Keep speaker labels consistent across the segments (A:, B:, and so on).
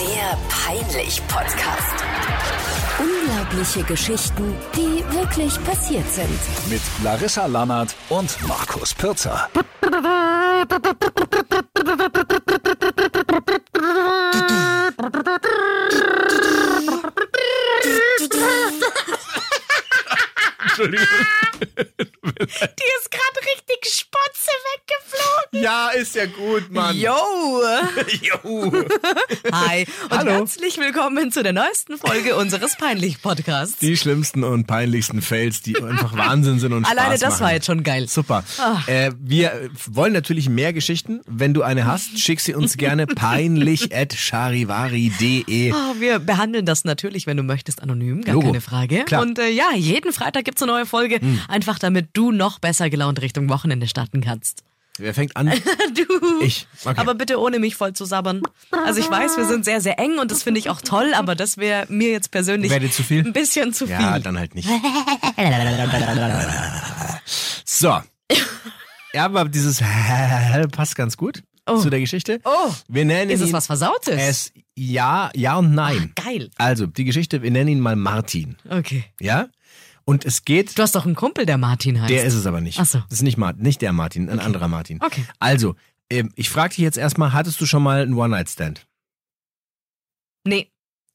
A: Der Peinlich-Podcast.
B: Unglaubliche Geschichten, die wirklich passiert sind.
C: mit Larissa Lannert und Markus Pirzer.
D: Dir ist gerade richtig Spotze weggeflogen.
E: Ja, ist ja gut, Mann.
D: Yo!
E: Jo.
D: Hi und
E: Hallo.
D: herzlich willkommen zu der neuesten Folge unseres Peinlich-Podcasts.
E: Die schlimmsten und peinlichsten Fails, die einfach Wahnsinn sind und
D: Alleine
E: Spaß
D: das
E: machen.
D: war jetzt schon geil. Ah.
E: Super. Äh, wir wollen natürlich mehr Geschichten. Wenn du eine hast, schick sie uns gerne peinlich at charivari.de.
D: Ah, wir behandeln das natürlich, wenn du möchtest, anonym, gar
E: Logo.
D: keine Frage.
E: Klar. Hm.
D: Und äh, ja, jeden Freitag gibt's eine neue Folge, einfach damit du noch besser gelaunt Richtung Wochenende starten kannst.
E: Wer fängt an?
D: Du.
E: Ich. Okay.
D: Aber bitte ohne mich voll zu sabbern. Also ich weiß, wir sind sehr, sehr eng und das finde ich auch toll, aber das wäre mir jetzt persönlich
E: Wäre dir zu viel?
D: ein bisschen zu
E: ja,
D: viel.
E: dann halt nicht. So. Ja, aber dieses passt ganz gut
D: Oh.
E: zu der Geschichte.
D: Oh.
E: Wir nennen
D: Ist es
E: ihn
D: was Oh Versautes?
E: es ja, ja und nein.
D: Geil.
E: Also, die Geschichte, wir nennen ihn mal Martin.
D: Okay.
E: Ja? Und es geht.
D: Du hast doch einen Kumpel, der Martin heißt.
E: Der ist es aber nicht.
D: Ach so.
E: Das ist nicht Martin, nicht der Martin, ein anderer Martin.
D: Okay.
E: Also, ähm, ich frage dich jetzt erstmal, hattest du schon mal einen One-Night-Stand?
D: Nee,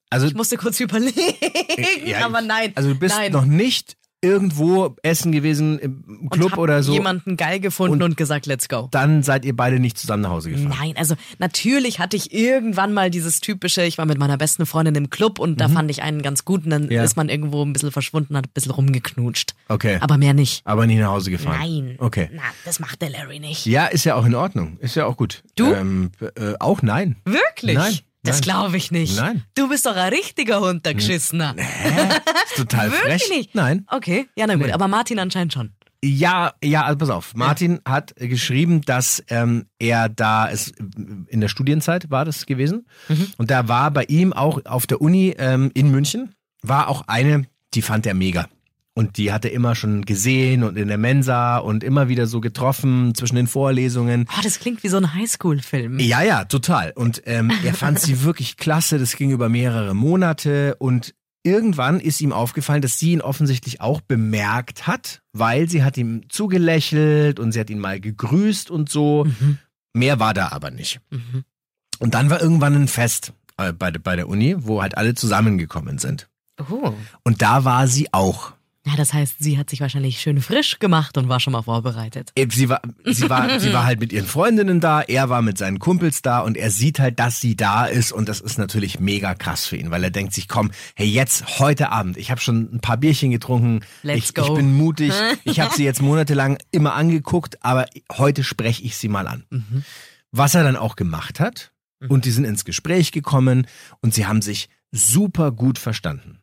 E: Also,
D: ich musste kurz überlegen,
E: äh, ja,
D: aber nein.
E: Also, du bist
D: nein.
E: noch nicht irgendwo essen gewesen, im
D: und
E: Club
D: hab
E: oder so.
D: jemanden geil gefunden und,
E: Und-
D: gesagt, let's go.
E: Dann seid ihr beide nicht zusammen nach Hause gefahren.
D: Nein, also natürlich hatte ich irgendwann mal dieses typische, ich war mit meiner besten Freundin im Club und da fand ich einen ganz guten, dann
E: Mhm. Ja.
D: ist man irgendwo ein bisschen verschwunden, hat ein bisschen rumgeknutscht.
E: Okay.
D: Aber mehr nicht.
E: Aber nicht nach Hause gefahren.
D: Nein.
E: Okay.
D: Na, das macht der Larry nicht.
E: Ja, ist ja auch in Ordnung. Ist ja auch gut.
D: Du?
E: Ähm, äh, auch nein.
D: Wirklich?
E: Nein.
D: Das
E: Nein.
D: glaube ich nicht.
E: Nein.
D: Du bist doch ein richtiger Huntergeschissener.
E: Ist total
D: Wirklich
E: frech.
D: nicht?
E: Nein.
D: Okay, ja, na gut,
E: Nee.
D: aber Martin anscheinend schon.
E: Ja, ja, also pass auf. Martin hat äh, geschrieben, dass ähm, er da es in der Studienzeit war das gewesen
D: Mhm.
E: und da war bei ihm auch auf der Uni ähm, in München war auch eine, die fand er mega und die hat er immer schon gesehen und in der Mensa und immer wieder so getroffen zwischen den Vorlesungen.
D: Oh, das klingt wie so ein Highschool-Film.
E: Ja, ja, total. Und ähm, er fand sie wirklich klasse. Das ging über mehrere Monate und irgendwann ist ihm aufgefallen, dass sie ihn offensichtlich auch bemerkt hat, weil sie hat ihm zugelächelt und sie hat ihn mal gegrüßt und so. Mehr war da aber nicht.
D: Mhm.
E: Und dann war irgendwann ein Fest äh, bei, bei der Uni, wo halt alle zusammengekommen sind.
D: Oh.
E: Und da war sie auch.
D: Ja, das heißt, sie hat sich wahrscheinlich schön frisch gemacht und war schon mal vorbereitet.
E: Äh, Sie war, sie, war, sie war halt mit ihren Freundinnen da, er war mit seinen Kumpels da und er sieht halt, dass sie da ist und das ist natürlich mega krass für ihn, weil er denkt sich, komm, hey, jetzt, heute Abend, ich habe schon ein paar Bierchen getrunken,
D: Let's
E: ich,
D: go.
E: ich bin mutig, ich habe sie jetzt monatelang immer angeguckt, aber heute spreche ich sie mal an.
D: Mhm.
E: Was er dann auch gemacht hat und die sind ins Gespräch gekommen und sie haben sich super gut verstanden.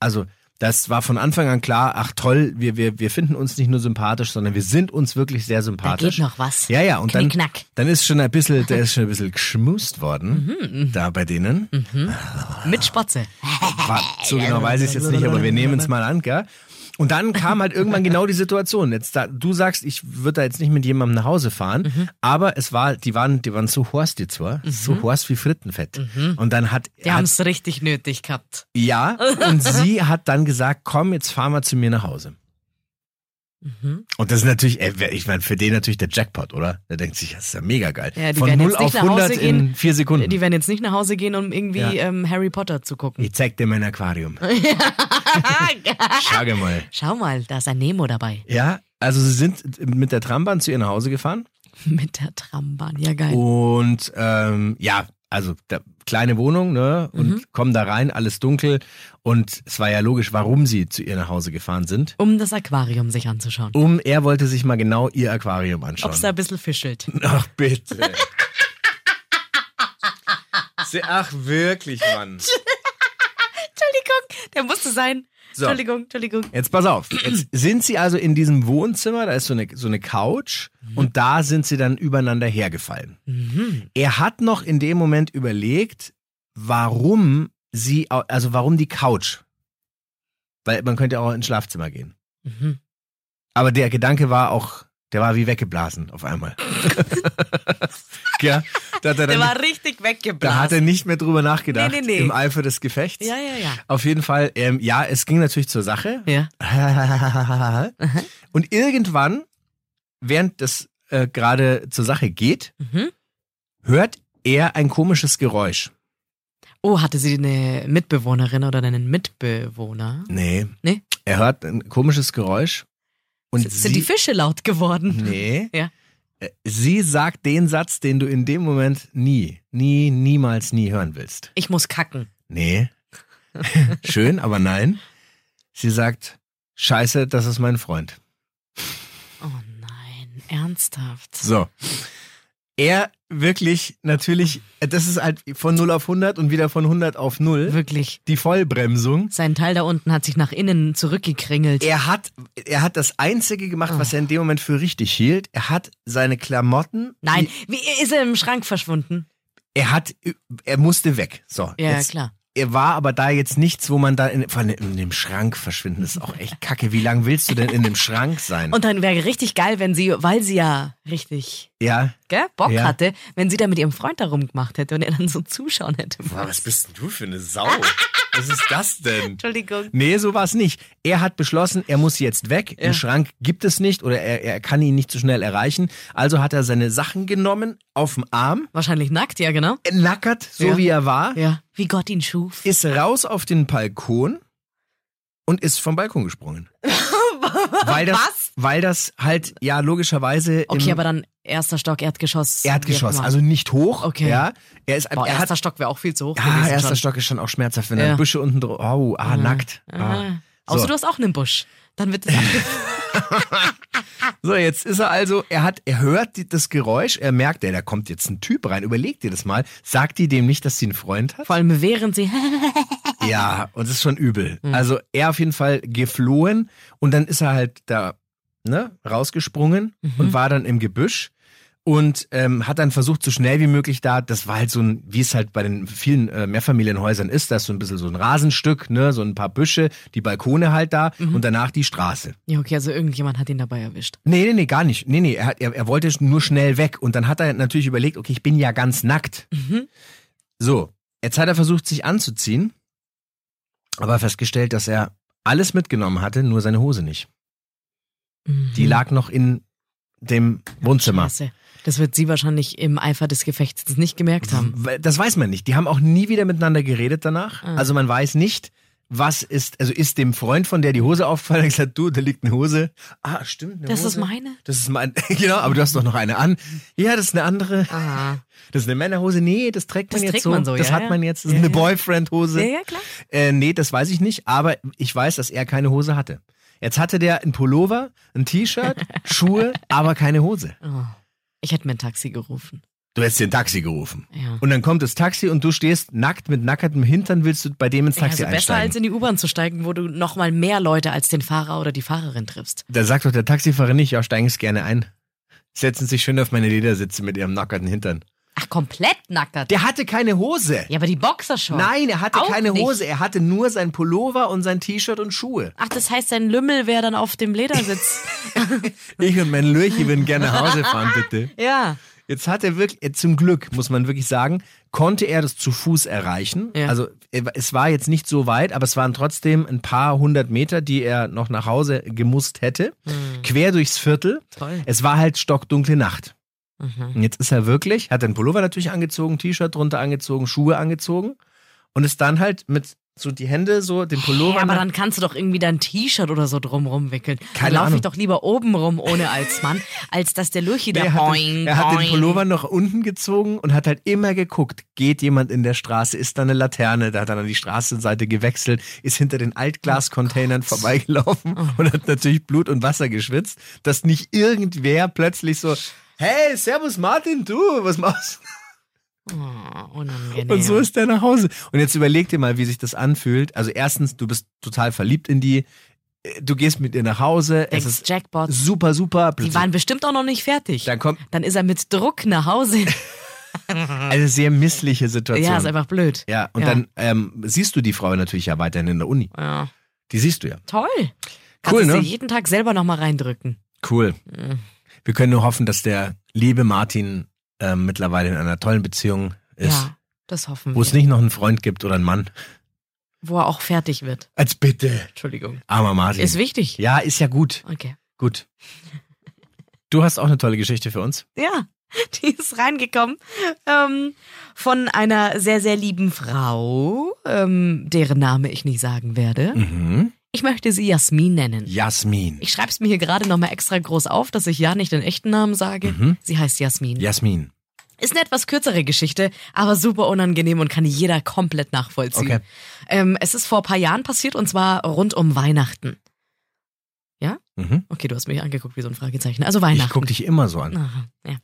E: Also das war von Anfang an klar, ach toll, wir, wir, wir finden uns nicht nur sympathisch, sondern wir sind uns wirklich sehr
D: Da
E: sympathisch.
D: geht noch was.
E: Ja, ja, und dann,
D: Knickknack.
E: dann ist schon ein bisschen, der ist schon ein bisschen geschmust
D: Mhm,
E: worden, da bei denen.
D: Mit Spotze.
E: War, so genau weiß ich es jetzt nicht, aber wir nehmen es mal an, gell? Und dann kam halt irgendwann genau die Situation. Jetzt da, du sagst, ich würde da jetzt nicht mit jemandem nach Hause fahren,
D: Mhm.
E: aber es war, die waren, die waren so horst die zwar, so horst wie Frittenfett. Und dann hat,
D: Mhm. Die
E: hat
D: haben es richtig nötig gehabt.
E: Ja, und sie hat dann gesagt, komm, jetzt fahren wir zu mir nach Hause.
D: Mhm.
E: Und das ist natürlich, ey, wer- ich meine, für den natürlich der Jackpot, oder? Der denkt sich, das ist ja mega geil.
D: Ja, die
E: Von
D: werden
E: 0
D: jetzt nicht
E: auf
D: nach Hause
E: 100 in
D: gehen.
E: vier Sekunden.
D: Die werden jetzt nicht nach Hause gehen, um irgendwie
E: Ja.
D: ähm, Harry Potter zu gucken.
E: ich zeig dir mein Aquarium. Schau mal.
D: Schau mal, da ist ein Nemo dabei.
E: Ja, also sie sind mit der Trambahn zu ihr nach Hause gefahren. Oh.
D: Mit der Trambahn. Ja, geil.
E: Und ähm, ja, also da, kleine Wohnung, ne? Und
D: Mhm.
E: kommen da rein, alles dunkel. Und es war ja logisch, warum sie zu ihr nach Hause gefahren sind.
D: Um das Aquarium sich anzuschauen.
E: Um, er wollte sich mal genau ihr Aquarium anschauen.
D: Ob es da ein bisschen fischelt.
E: Ach, bitte. Se- Ach, wirklich, Mann.
D: Entschuldigung, der musste sein.
E: So.
D: Entschuldigung, Entschuldigung.
E: Jetzt pass auf. Jetzt sind sie also in diesem Wohnzimmer, da ist so eine, so eine Couch
D: Mhm.
E: und da sind sie dann übereinander hergefallen. Er hat noch in dem Moment überlegt, warum sie, au- also warum die Couch? Weil man könnte auch ins Schlafzimmer gehen.
D: Mhm.
E: Aber der Gedanke war auch, der war wie weggeblasen auf einmal. ja, da, hat er
D: Der
E: dann,
D: war richtig
E: da hat er
D: weggeblasen.
E: nicht mehr drüber nachgedacht
D: Nee, nee, nee.
E: im Eifer des Gefechts.
D: Ja, ja, ja.
E: Auf jeden Fall, ähm, ja, es ging natürlich zur Sache.
D: Ja.
E: Und irgendwann, während das äh, gerade zur Sache geht,
D: Mhm.
E: hört er ein komisches Geräusch.
D: Oh, hatte sie eine Mitbewohnerin oder einen Mitbewohner?
E: Nee.
D: Nee?
E: Er hört ein komisches Geräusch. Und
D: S-
E: sie,
D: Sind die Fische laut geworden?
E: Nee.
D: Ja.
E: Äh, Sie sagt den Satz, den du in dem Moment nie, nie, niemals, nie hören willst.
D: Ich muss kacken.
E: Nee. Schön, aber nein. Sie sagt, scheiße, das ist mein Freund.
D: Oh nein, ernsthaft.
E: So. Er wirklich natürlich, das ist halt von 0 auf 100 und wieder von 100 auf 0,
D: Wirklich.
E: die Vollbremsung.
D: Sein Teil da unten hat sich nach innen zurückgekringelt.
E: Er hat, er hat das Einzige gemacht,
D: Oh.
E: was er in dem Moment für richtig hielt. Er hat seine Klamotten.
D: Nein,
E: Die,
D: wie ist er im Schrank verschwunden?
E: er hat, er musste weg. So.
D: Ja,
E: jetzt,
D: klar.
E: Er war aber da jetzt nichts, wo man da in, vor allem in dem Schrank verschwinden. Das ist auch echt kacke. Wie lange willst du denn in dem Schrank sein?
D: Und dann wäre richtig geil, wenn sie, weil sie ja richtig
E: ja.
D: gell, Bock
E: Ja.
D: hatte, wenn sie da mit ihrem Freund da rumgemacht hätte und er dann so zuschauen hätte.
E: was bist denn du für eine Sau? Was ist das denn?
D: Entschuldigung.
E: Nee, so war es nicht. Er hat beschlossen, er muss jetzt weg.
D: Ja.
E: Den Schrank gibt es nicht oder er, er kann ihn nicht so schnell erreichen. Also hat er seine Sachen genommen, auf dem Arm,
D: Wahrscheinlich nackt, ja, genau.
E: nackert, so
D: Ja.
E: wie er war,
D: Ja. Wie Gott ihn schuf.
E: ist raus auf den Balkon und ist vom Balkon gesprungen. weil das,
D: Was?
E: Weil das halt, ja, logischerweise.
D: Okay,
E: im
D: aber dann erster Stock, Erdgeschoss.
E: Erdgeschoss,
D: wie auch immer.
E: also nicht hoch.
D: Okay.
E: Ja, er ist,
D: Boah,
E: er
D: erster
E: hat,
D: Stock wäre auch viel zu hoch
E: ah,
D: gewesen
E: erster
D: schon.
E: Stock ist schon auch schmerzhaft, wenn
D: Ja.
E: da Büsche unten drauf. Oh, ah, nackt. Ah.
D: Ah. Außer
E: So.
D: du hast auch einen Busch. Dann wird es abge-
E: So, jetzt ist er also, er hat, er hört die, das Geräusch, er merkt, ey, da kommt jetzt ein Typ rein. Überleg dir das mal. Sagt die dem nicht, dass sie einen Freund hat?
D: Vor allem während sie.
E: Ja, und es ist schon übel. Also er auf jeden Fall geflohen und dann ist er halt da, ne, rausgesprungen und war dann im Gebüsch und ähm, hat dann versucht, so schnell wie möglich da, das war halt so ein, wie es halt bei den vielen äh, Mehrfamilienhäusern ist, das ist so ein bisschen so ein Rasenstück, ne, so ein paar Büsche, die Balkone halt da und danach die Straße.
D: Ja, okay, also irgendjemand hat ihn dabei erwischt.
E: Nee, nee, nee, gar nicht. Nee, nee, er, hat, er, er wollte nur schnell weg. Und dann hat er natürlich überlegt, okay, ich bin ja ganz nackt.
D: Mhm.
E: So, jetzt hat er versucht, sich anzuziehen, aber festgestellt, dass er alles mitgenommen hatte, nur seine Hose nicht. Die lag noch in dem Wohnzimmer.
D: Mhm. Scheiße. Das wird sie wahrscheinlich im Eifer des Gefechts jetzt nicht gemerkt haben.
E: Weil- Das weiß man nicht. Die haben auch nie wieder miteinander geredet danach.
D: Ah.
E: Also man weiß nicht, was ist, also ist dem Freund, von der die Hose aufgefallen, hat gesagt, du, da liegt eine Hose. Ah, stimmt, eine
D: Das
E: Hose.
D: ist meine?
E: Das ist mein, genau, aber du hast doch noch eine an. Ja, das ist eine andere.
D: Ah.
E: Das ist eine Männerhose. Nee, das trägt man
D: Das
E: jetzt
D: trägt
E: so.
D: man so,
E: das
D: ja,
E: hat
D: ja.
E: man jetzt. Das
D: Ja,
E: ist eine
D: ja.
E: Boyfriend-Hose.
D: Ja, ja, klar.
E: Äh, nee, das weiß ich nicht, aber ich weiß, dass er keine Hose hatte. Jetzt hatte der einen Pullover, ein T-Shirt, Schuhe, aber keine Hose.
D: Oh. Ich hätte mir ein Taxi gerufen.
E: Du hättest dir ein Taxi gerufen.
D: Ja.
E: Und dann kommt das Taxi und du stehst nackt mit nackertem Hintern, willst du bei dem ins
D: Ja,
E: Taxi
D: also besser
E: einsteigen.
D: als in die U-Bahn zu steigen, wo du nochmal mehr Leute als den Fahrer oder die Fahrerin triffst.
E: da sagt doch der Taxifahrer nicht, ja, steigen es gerne ein. Setzen sich schön auf meine Ledersitze mit ihrem nackerten Hintern.
D: Ach, komplett nackert.
E: Der hatte keine Hose.
D: Ja, aber die Boxershorts.
E: Nein, er hatte
D: Auch
E: keine
D: nicht.
E: Hose. Er hatte nur sein Pullover und sein T-Shirt und Schuhe.
D: Ach, das heißt, sein Lümmel wäre dann auf dem Ledersitz.
E: Ich und mein Lurchi würden gerne nach Hause fahren, bitte.
D: ja.
E: Jetzt hat er wirklich, äh, zum Glück, muss man wirklich sagen, konnte er das zu Fuß erreichen.
D: Ja.
E: Also äh, es war jetzt nicht so weit, aber es waren trotzdem ein paar hundert Meter, die er noch nach Hause gemusst hätte. Quer durchs Viertel.
D: Toll.
E: Es war halt stockdunkle Nacht.
D: Mhm.
E: Und jetzt ist er wirklich, hat den Pullover natürlich angezogen, T-Shirt drunter angezogen, Schuhe angezogen und ist dann halt mit so die Hände, so den Pullover.
D: Ja, aber dann kannst du doch irgendwie dein T-Shirt oder so drumrum wickeln.
E: Keine
D: dann laufe
E: Ahnung.
D: ich doch lieber oben rum ohne als Mann, als dass der Lurchi da
E: er hat, den,
D: boing,
E: er hat den
D: boing.
E: Pullover nach unten gezogen und hat halt immer geguckt, geht jemand in der Straße, ist da eine Laterne, da hat er dann die Straßenseite gewechselt, ist hinter den
D: Oh
E: Altglascontainern vorbeigelaufen und hat natürlich Blut und Wasser geschwitzt, dass nicht irgendwer plötzlich so, hey, Servus Martin, du, was machst du?
D: Oh, unangenehm.
E: Und so ist der nach Hause. Und jetzt überleg dir mal, wie sich das anfühlt. Also erstens, du bist total verliebt in die, äh, du gehst mit ihr nach Hause,
D: Denkst,
E: es ist
D: Jackpot.
E: super, super.
D: Die
E: plötzlich-
D: waren bestimmt auch noch nicht fertig.
E: dann kommt
D: Dann ist er mit Druck nach Hause.
E: eine sehr missliche Situation.
D: ja, ist einfach blöd.
E: Ja, und
D: Ja.
E: dann ähm, siehst du die Frau natürlich ja weiterhin in der Uni.
D: Ja.
E: Die siehst du ja.
D: Toll.
E: Cool,
D: Kannst
E: ne?
D: du jeden Tag selber nochmal reindrücken.
E: Cool. Wir können nur hoffen, dass der liebe Martin ähm, mittlerweile in einer tollen Beziehung ist,
D: Ja, das hoffen
E: wo es
D: wir.
E: nicht noch einen Freund gibt oder einen Mann.
D: Wo er auch fertig wird.
E: Als bitte.
D: Entschuldigung.
E: Armer Martin.
D: Ist wichtig.
E: ja, ist ja gut.
D: Okay.
E: Gut. Du hast auch eine tolle Geschichte für uns.
D: Ja, die ist reingekommen ähm, von einer sehr, sehr lieben Frau, ähm, deren Name ich nicht sagen werde.
E: Mhm.
D: Ich möchte sie Jasmin nennen.
E: Jasmin.
D: Ich schreibe es mir hier gerade nochmal extra groß auf, dass ich ja nicht den echten Namen sage.
E: Mhm.
D: Sie heißt Jasmin.
E: Jasmin.
D: Ist eine etwas kürzere Geschichte, aber super unangenehm und kann jeder komplett nachvollziehen.
E: Okay.
D: Ähm, es ist vor ein paar Jahren passiert und zwar rund um Weihnachten.
E: Mhm.
D: Okay, du hast mich angeguckt wie so ein Fragezeichen. Also
E: Ich
D: Weihnachten.
E: guck dich immer so an.
D: Aha, ja.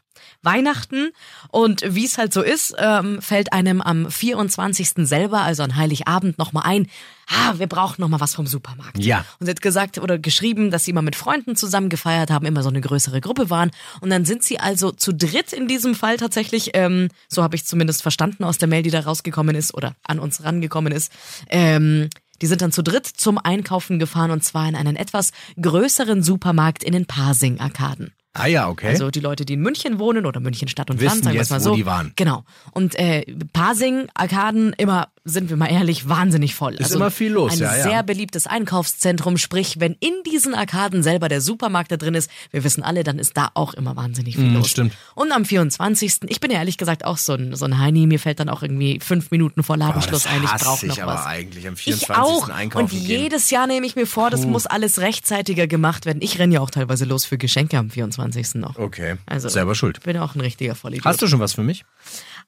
D: Weihnachten und wie es halt so ist, ähm, fällt einem am 24. selber, also an Heiligabend, nochmal ein, ah, wir brauchen nochmal was vom Supermarkt.
E: Ja.
D: Und sie hat gesagt oder geschrieben, dass sie immer mit Freunden zusammen gefeiert haben, immer so eine größere Gruppe waren. Und dann sind sie also zu dritt in diesem Fall tatsächlich, ähm, so habe ich zumindest verstanden aus der Mail, die da rausgekommen ist oder an uns rangekommen ist, ähm, die sind dann zu dritt zum Einkaufen gefahren und zwar in einen etwas größeren Supermarkt in den Parsing-Arkaden.
E: Ah ja, okay.
D: Also die Leute, die in München wohnen oder München Stadt und
E: Wissen
D: Land, sagen wir
E: jetzt,
D: es mal
E: wo
D: so.
E: die waren.
D: Genau. Und äh, Pasing, Arkaden, immer, sind wir mal ehrlich, wahnsinnig voll. Ist
E: immer viel los,
D: ein
E: ja, ja.
D: Ein sehr beliebtes Einkaufszentrum, sprich, wenn in diesen Arkaden selber der Supermarkt da drin ist, wir wissen alle, dann ist da auch immer wahnsinnig viel
E: Mhm,
D: los.
E: stimmt.
D: Und am 24. Ich bin ja ehrlich gesagt auch so ein, so ein Heini, mir fällt dann auch irgendwie fünf Minuten vor
E: Oh,
D: Ladenschluss ein, ich
E: hasse
D: brauche noch
E: ich aber
D: was.
E: eigentlich am 24.
D: Ich auch.
E: einkaufen
D: Und
E: gehen.
D: jedes Jahr nehme ich mir vor, das muss alles rechtzeitiger gemacht werden. Ich renne ja auch teilweise los für Geschenke am 24. noch.
E: Okay.
D: Also-
E: Selber schuld.
D: Ich bin auch ein richtiger Vollidiot.
E: Hast du schon was für mich?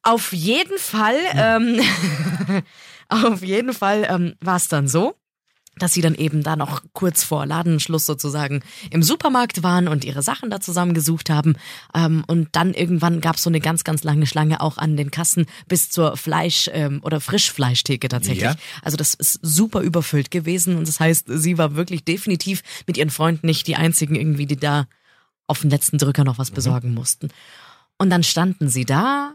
D: auf jeden Fall, ähm, auf jeden Fall ähm, war es dann so, dass sie dann eben da noch kurz vor Ladenschluss sozusagen im Supermarkt waren und ihre Sachen da zusammengesucht haben. Ähm, und dann irgendwann gab es so eine ganz, ganz lange Schlange auch an den Kassen bis zur Fleisch- ähm, oder Frischfleischtheke tatsächlich.
E: Ja.
D: Also das ist super überfüllt gewesen und das heißt, sie war wirklich definitiv mit ihren Freunden nicht die einzigen irgendwie, die da auf den letzten Drücker noch
E: Mhm.
D: was besorgen mussten. Und dann standen sie da,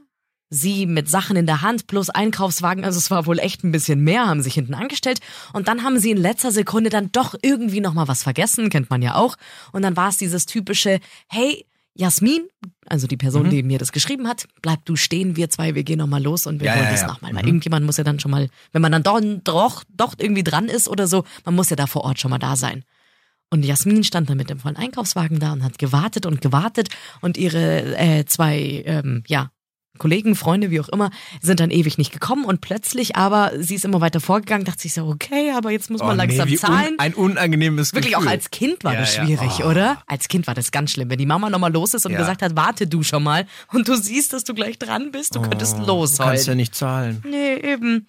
D: sie mit Sachen in der Hand plus Einkaufswagen, also es war wohl echt ein bisschen mehr, haben sich hinten angestellt und dann haben sie in letzter Sekunde dann doch irgendwie noch mal was vergessen, kennt man ja auch und dann war es dieses typische hey Jasmin, also die Person,
E: Mhm.
D: die mir das geschrieben hat, bleib du stehen, wir zwei, wir gehen noch mal los und wir
E: Ja,
D: holen
E: ja, Mhm.
D: das
E: ja.
D: noch mal, weil irgendjemand muss ja dann schon mal, wenn man dann doch, doch, doch irgendwie dran ist oder so, man muss ja da vor Ort schon mal da sein. Und Jasmin stand dann mit dem vollen Einkaufswagen da und hat gewartet und gewartet und ihre äh, zwei, ähm, ja, Kollegen, Freunde, wie auch immer, sind dann ewig nicht gekommen und plötzlich aber, sie ist immer weiter vorgegangen, dachte ich so, okay, aber jetzt muss man langsam
E: Oh, wie
D: zahlen.
E: Un ein unangenehmes
D: Wirklich
E: Gefühl.
D: auch als Kind war
E: Ja,
D: das
E: ja.
D: schwierig,
E: Oh.
D: oder? Als Kind war das ganz schlimm, wenn die Mama nochmal los ist und
E: Ja.
D: gesagt hat, warte du schon mal und du siehst, dass du gleich dran bist, du könntest
E: Oh, Du kannst ja
D: losheulen.
E: nicht zahlen.
D: Nee, eben.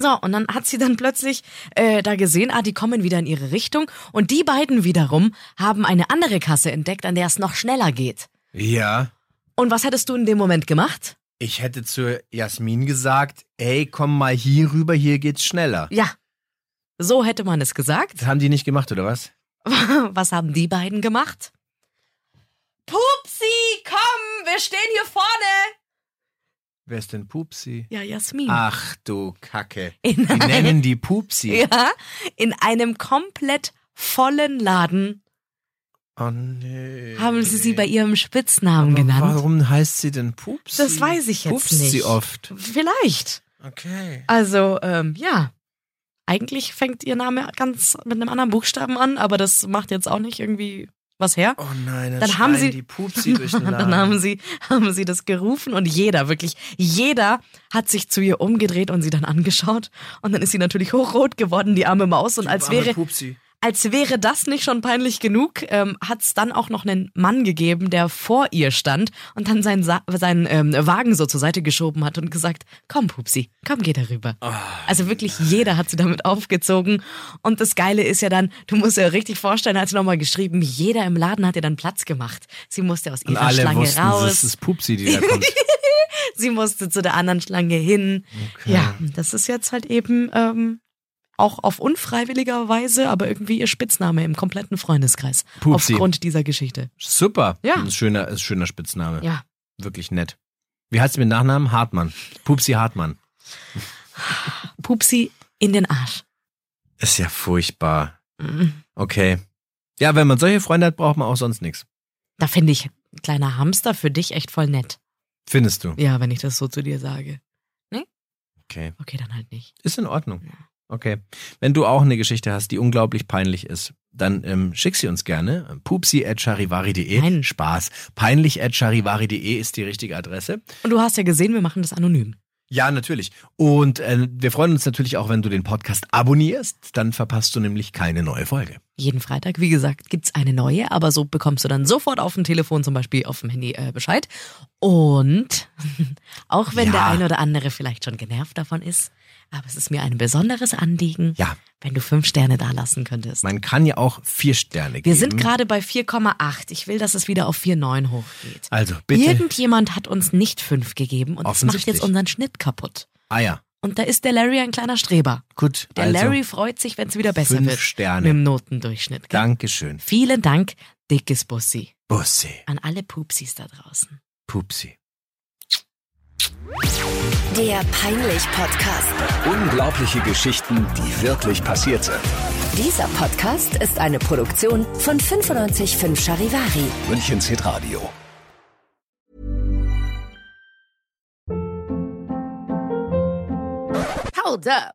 D: So, und dann hat sie dann plötzlich äh, da gesehen, ah, die kommen wieder in ihre Richtung und die beiden wiederum haben eine andere Kasse entdeckt, an der es noch schneller geht.
E: Ja.
D: Und was hättest du in dem Moment gemacht?
E: Ich hätte zu Jasmin gesagt, ey, komm mal hier rüber, hier geht's schneller.
D: Ja. So hätte man es gesagt.
E: Das haben die nicht gemacht, oder was?
D: Was haben die beiden gemacht? Pupsi, komm, wir stehen hier vorne.
E: Wer ist denn Pupsi?
D: Ja, Jasmin.
E: Ach du Kacke.
D: In
E: Ah, Die nennen die Pupsi.
D: ja, in einem komplett vollen Laden
E: Oh nee.
D: haben sie
E: Äh.
D: sie bei ihrem Spitznamen genannt.
E: Warum heißt sie denn Pupsi?
D: Das weiß ich jetzt
E: Pupst
D: nicht.
E: sie oft.
D: Vielleicht.
E: Okay.
D: Also, ähm, ja. Eigentlich fängt ihr Name ganz mit einem anderen Buchstaben an, aber das macht jetzt auch nicht irgendwie was her.
E: Oh nein, dann,
D: Dann haben
E: schreien
D: sie-
E: die Pupsi durch den
D: Und
E: Laden.
D: dann haben sie, haben sie das gerufen und jeder, wirklich jeder hat sich zu ihr umgedreht und sie dann angeschaut. Und dann ist sie natürlich hochrot geworden, die arme Maus. Und als
E: Arme
D: wäre,
E: Pupsi.
D: als wäre das nicht schon peinlich genug, ähm, hat es dann auch noch einen Mann gegeben, der vor ihr stand und dann seinen, Sa seinen ähm, Wagen so zur Seite geschoben hat und gesagt, komm Pupsi, komm geh darüber.
E: Oh,
D: also wirklich jeder hat sie damit aufgezogen und das Geile ist ja dann, du musst dir richtig vorstellen, hat sie nochmal geschrieben, jeder im Laden hat ihr dann Platz gemacht. Sie musste aus
E: Und
D: ihrer
E: alle
D: Schlange
E: wussten,
D: raus,
E: es ist Pupsi, die da kommt.
D: sie musste zu der anderen Schlange hin. Ja, das ist jetzt halt eben... Ähm, auch auf unfreiwilliger Weise, aber irgendwie ihr Spitzname im kompletten Freundeskreis.
E: Pupsi.
D: Aufgrund dieser Geschichte.
E: Super.
D: Ja.
E: Ein schöner, ein schöner Spitzname.
D: Ja.
E: Wirklich nett. Wie heißt sie mit Nachnamen? Hartmann. Pupsi Hartmann.
D: Pupsi in den Arsch. Mhm.
E: Ist ja furchtbar. Okay. Ja, wenn man solche Freunde hat, braucht man auch sonst nichts.
D: Da finde ich kleiner Hamster für dich echt voll nett.
E: Findest du.
D: Ja, wenn ich das so zu dir sage.
E: Okay.
D: Okay, dann halt nicht.
E: Ist in Ordnung. Okay. Wenn du auch eine Geschichte hast, die unglaublich peinlich ist, dann ähm, schick sie uns gerne. Pupsi at charivari.de.
D: Nein.
E: Spaß. Peinlich at charivari.de ist die richtige Adresse.
D: Und du hast ja gesehen, wir machen das anonym.
E: Ja, natürlich. Und äh, wir freuen uns natürlich auch, wenn du den Podcast abonnierst. Dann verpasst du nämlich keine neue Folge.
D: Jeden Freitag, wie gesagt, gibt's eine neue, aber so bekommst du dann sofort auf dem Telefon, zum Beispiel auf dem Handy äh, Bescheid. Und auch wenn
E: Ja.
D: der ein oder andere vielleicht schon genervt davon ist, aber es ist mir ein besonderes Anliegen,
E: Ja.
D: wenn du fünf Sterne da lassen könntest.
E: Man kann ja auch vier Sterne geben.
D: Wir sind gerade bei 4,8. Ich will, dass es wieder auf 4,9 hochgeht.
E: Also bitte.
D: Irgendjemand hat uns nicht 5 gegeben und das macht
E: Offensichtlich.
D: jetzt unseren Schnitt kaputt.
E: ah ja,
D: Und da ist der Larry ein kleiner Streber.
E: gut.
D: Der
E: also,
D: Larry freut sich, wenn es wieder besser
E: fünf
D: wird.
E: Sterne.
D: Mit dem Notendurchschnitt. gell?
E: Dankeschön.
D: Vielen Dank, dickes Bussi.
E: Bussi.
D: An alle Pupsis da draußen.
E: Pupsi.
A: Der Peinlich-Podcast.
C: Unglaubliche Geschichten, die wirklich passiert sind.
A: Dieser Podcast ist eine Produktion von 955 Charivari.
C: Münchens Hitradio.
F: Hold up.